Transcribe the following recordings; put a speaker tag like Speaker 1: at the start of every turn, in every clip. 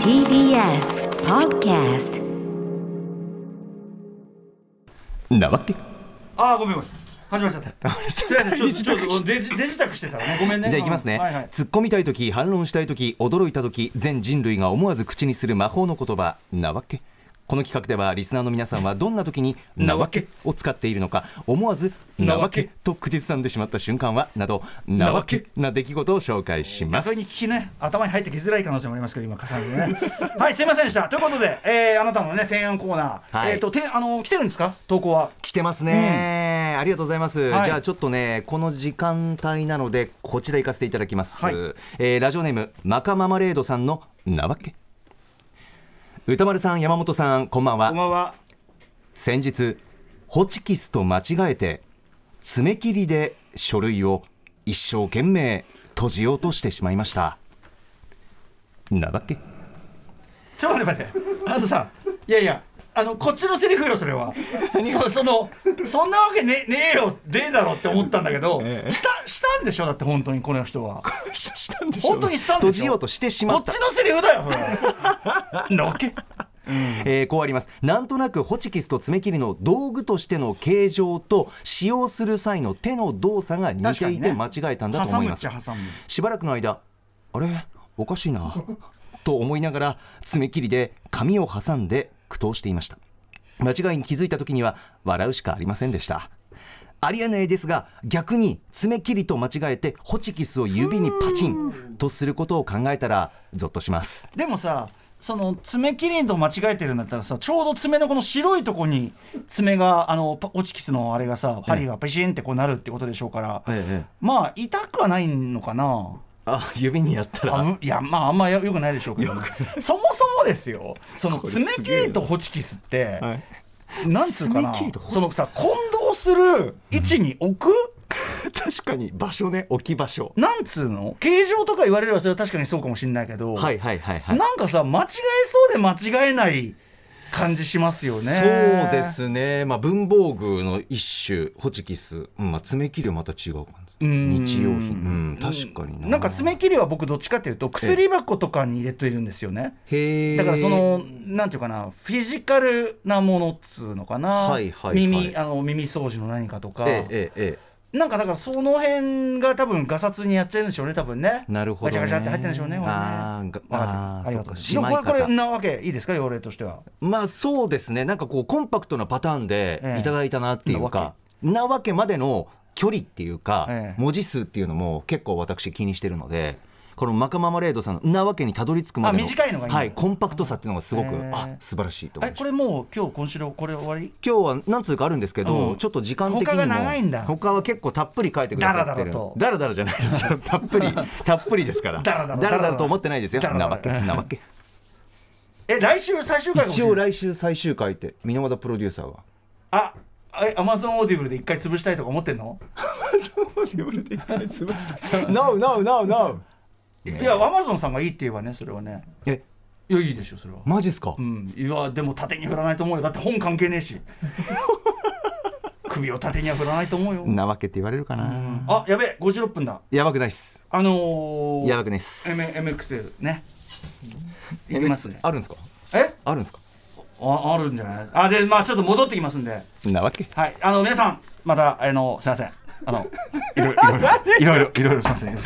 Speaker 1: TBS Podcast
Speaker 2: なわけ
Speaker 3: ああごめんごめん始まっちゃったすいませんちょちょっとデジデジタクしてたらねごめんね
Speaker 2: じゃあいきますね、
Speaker 3: はいはい
Speaker 2: 突っ込みたいとき反論したいとき驚いたとき全人類が思わず口にする魔法の言葉なわけこの企画ではリスナーの皆さんはどんな時に「なわけ」を使っているのか思わず「なわけ」と口ずさんでしまった瞬間はなど「なわけ」な出来事を紹介します
Speaker 3: 逆に聞きね頭に入ってきづらい可能性もありますけど今重ねてねはいすいませんでしたということで、えーあなたのね提案コーナー、
Speaker 2: はい
Speaker 3: えっ、とてあの来てるんですか投稿は
Speaker 2: 来てますね、ありがとうございます、
Speaker 3: はい
Speaker 2: じゃあちょっとねこの時間帯なのでこちら行かせていただきます、
Speaker 3: はい
Speaker 2: えーラジオネームマカママレードさんのなわけ歌丸さん山本さんこんばん
Speaker 3: こん
Speaker 2: は
Speaker 3: ばんは
Speaker 2: 先日ホチキスと間違えて爪切りで書類を一生懸命閉じようとしてしまいましたなわけ
Speaker 3: ちょっと待って待ってあのさいやいやあのこっちのセリフよそれはそそのそんなわけねねえよねえだろって思ったんだけど、したしたんでしょだって本当にこの人は
Speaker 2: したんで
Speaker 3: 本当にしたんでし
Speaker 2: 閉
Speaker 3: ょ
Speaker 2: じようとしてしま
Speaker 3: こ
Speaker 2: っ
Speaker 3: ったちのセリフだよほらなわけ
Speaker 2: えーこうありますなんとなくホチキスと爪切りの道具としての形状と使用する際の手の動作が似ていて間違えたんだと思います、
Speaker 3: 挟むっちゃ挟む
Speaker 2: しばらくの間あれおかしいなと思いながら爪切りで髪を挟んで苦闘していました間違いに気づいた時には笑うしかありませんでしたありえないですが逆に爪切りと間違えてホチキスを指にパチンとすることを考えたらゾッとします
Speaker 3: でもさその爪切りと間違えてるんだったらさちょうど爪のこの白いとこに爪があのパホチキスのあれがさ針がペシンってこうなるってことでしょうから、まあ痛くはないのかな
Speaker 2: あ指にやったら
Speaker 3: あういやまああんまよよくないでしょうけどそもそもですよその爪切りとホチキスって、なんつうかな
Speaker 2: 爪切りとホチキス
Speaker 3: そのさ混同する位置に置く、
Speaker 2: 確かに場所ね置き場所
Speaker 3: なんつうの形状とか言われればそれは確かにそうかもしれないけど、
Speaker 2: はいはいはいはい
Speaker 3: なんかさ間違えそうで間違えない感じしますよね
Speaker 2: そうですねまあ文房具の一種ホチキス、うんまあ、爪切りはまた違う感じ
Speaker 3: うん
Speaker 2: 日用品うん確かにな
Speaker 3: なんか爪切りは僕どっちかっていうと薬箱とかに入れてるんですよね
Speaker 2: へえ
Speaker 3: だからそのなんていうかなフィジカルなものっつうのかな、
Speaker 2: はいはいはい
Speaker 3: 耳あの耳掃除の何かとか、
Speaker 2: ええええ
Speaker 3: なんかだからその辺が多分ガサツにやっちゃうんでしょうね多分ね
Speaker 2: なるほどね
Speaker 3: ガチャガチャって入ってるんでしょうねこれね
Speaker 2: あーが
Speaker 3: わかっ
Speaker 2: あー
Speaker 3: たありがとう
Speaker 2: そ
Speaker 3: ございま
Speaker 2: う
Speaker 3: す
Speaker 2: か
Speaker 3: でもこ
Speaker 2: しま
Speaker 3: れ
Speaker 2: い方
Speaker 3: これなわけいいですか用例としては
Speaker 2: まあそうですねなんかこうコンパクトなパターン
Speaker 3: え
Speaker 2: で
Speaker 3: え
Speaker 2: いただいたなっていうか、なわけまでの距離っていうか、
Speaker 3: ええ
Speaker 2: 文字数っていうのも結構私気にしてるのでこのマカママレードさんの「なわけ」にたどり着くまでの
Speaker 3: あ短いのがいいんだ
Speaker 2: はい、コンパクトさっていうのがすごく、
Speaker 3: ええ
Speaker 2: あ素晴らしいと思い
Speaker 3: え
Speaker 2: まし
Speaker 3: こ
Speaker 2: た
Speaker 3: れもう今日今週のこれ終わり
Speaker 2: 今日は何通かあるんですけど、
Speaker 3: うん
Speaker 2: ちょっと時間的にも
Speaker 3: 他が長いんだ
Speaker 2: 他は結構たっぷり書いてくださってる
Speaker 3: だらだらと
Speaker 2: だらだらじゃないです よたっぷりたっぷりですから
Speaker 3: だらだら
Speaker 2: だと思ってないですよ
Speaker 3: だらだ
Speaker 2: な
Speaker 3: ら
Speaker 2: わけなわ け
Speaker 3: え来週最終回かもし
Speaker 2: 一
Speaker 3: れない
Speaker 2: 応来週最終回って箕輪田プロデューサーが
Speaker 3: あえアマゾンオーディブルで一回潰したいとか思ってんの、
Speaker 2: No no no no
Speaker 3: いやアマゾンさんがいいって言えばねそれはね
Speaker 2: え
Speaker 3: いやいいでしょそれは、
Speaker 2: マジっすか、
Speaker 3: うんいやでも縦に振らないと思うよだって本関係ねえ し首を縦には振らないと思うよ、
Speaker 2: なわけって言われるかな、
Speaker 3: あやべえ56分だ
Speaker 2: やばくないっす
Speaker 3: あのー、
Speaker 2: やばくないっす
Speaker 3: M MXL ねいきますね
Speaker 2: あるんですか
Speaker 3: え
Speaker 2: あるんですか
Speaker 3: ああるんじゃないあでまあちょっと戻ってきますんで
Speaker 2: なわけ
Speaker 3: はい、あの皆さん、また、あの、すいません。あの、いろいろ、いろいろ、いろいろ、すいません。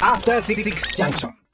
Speaker 4: After Six Junction.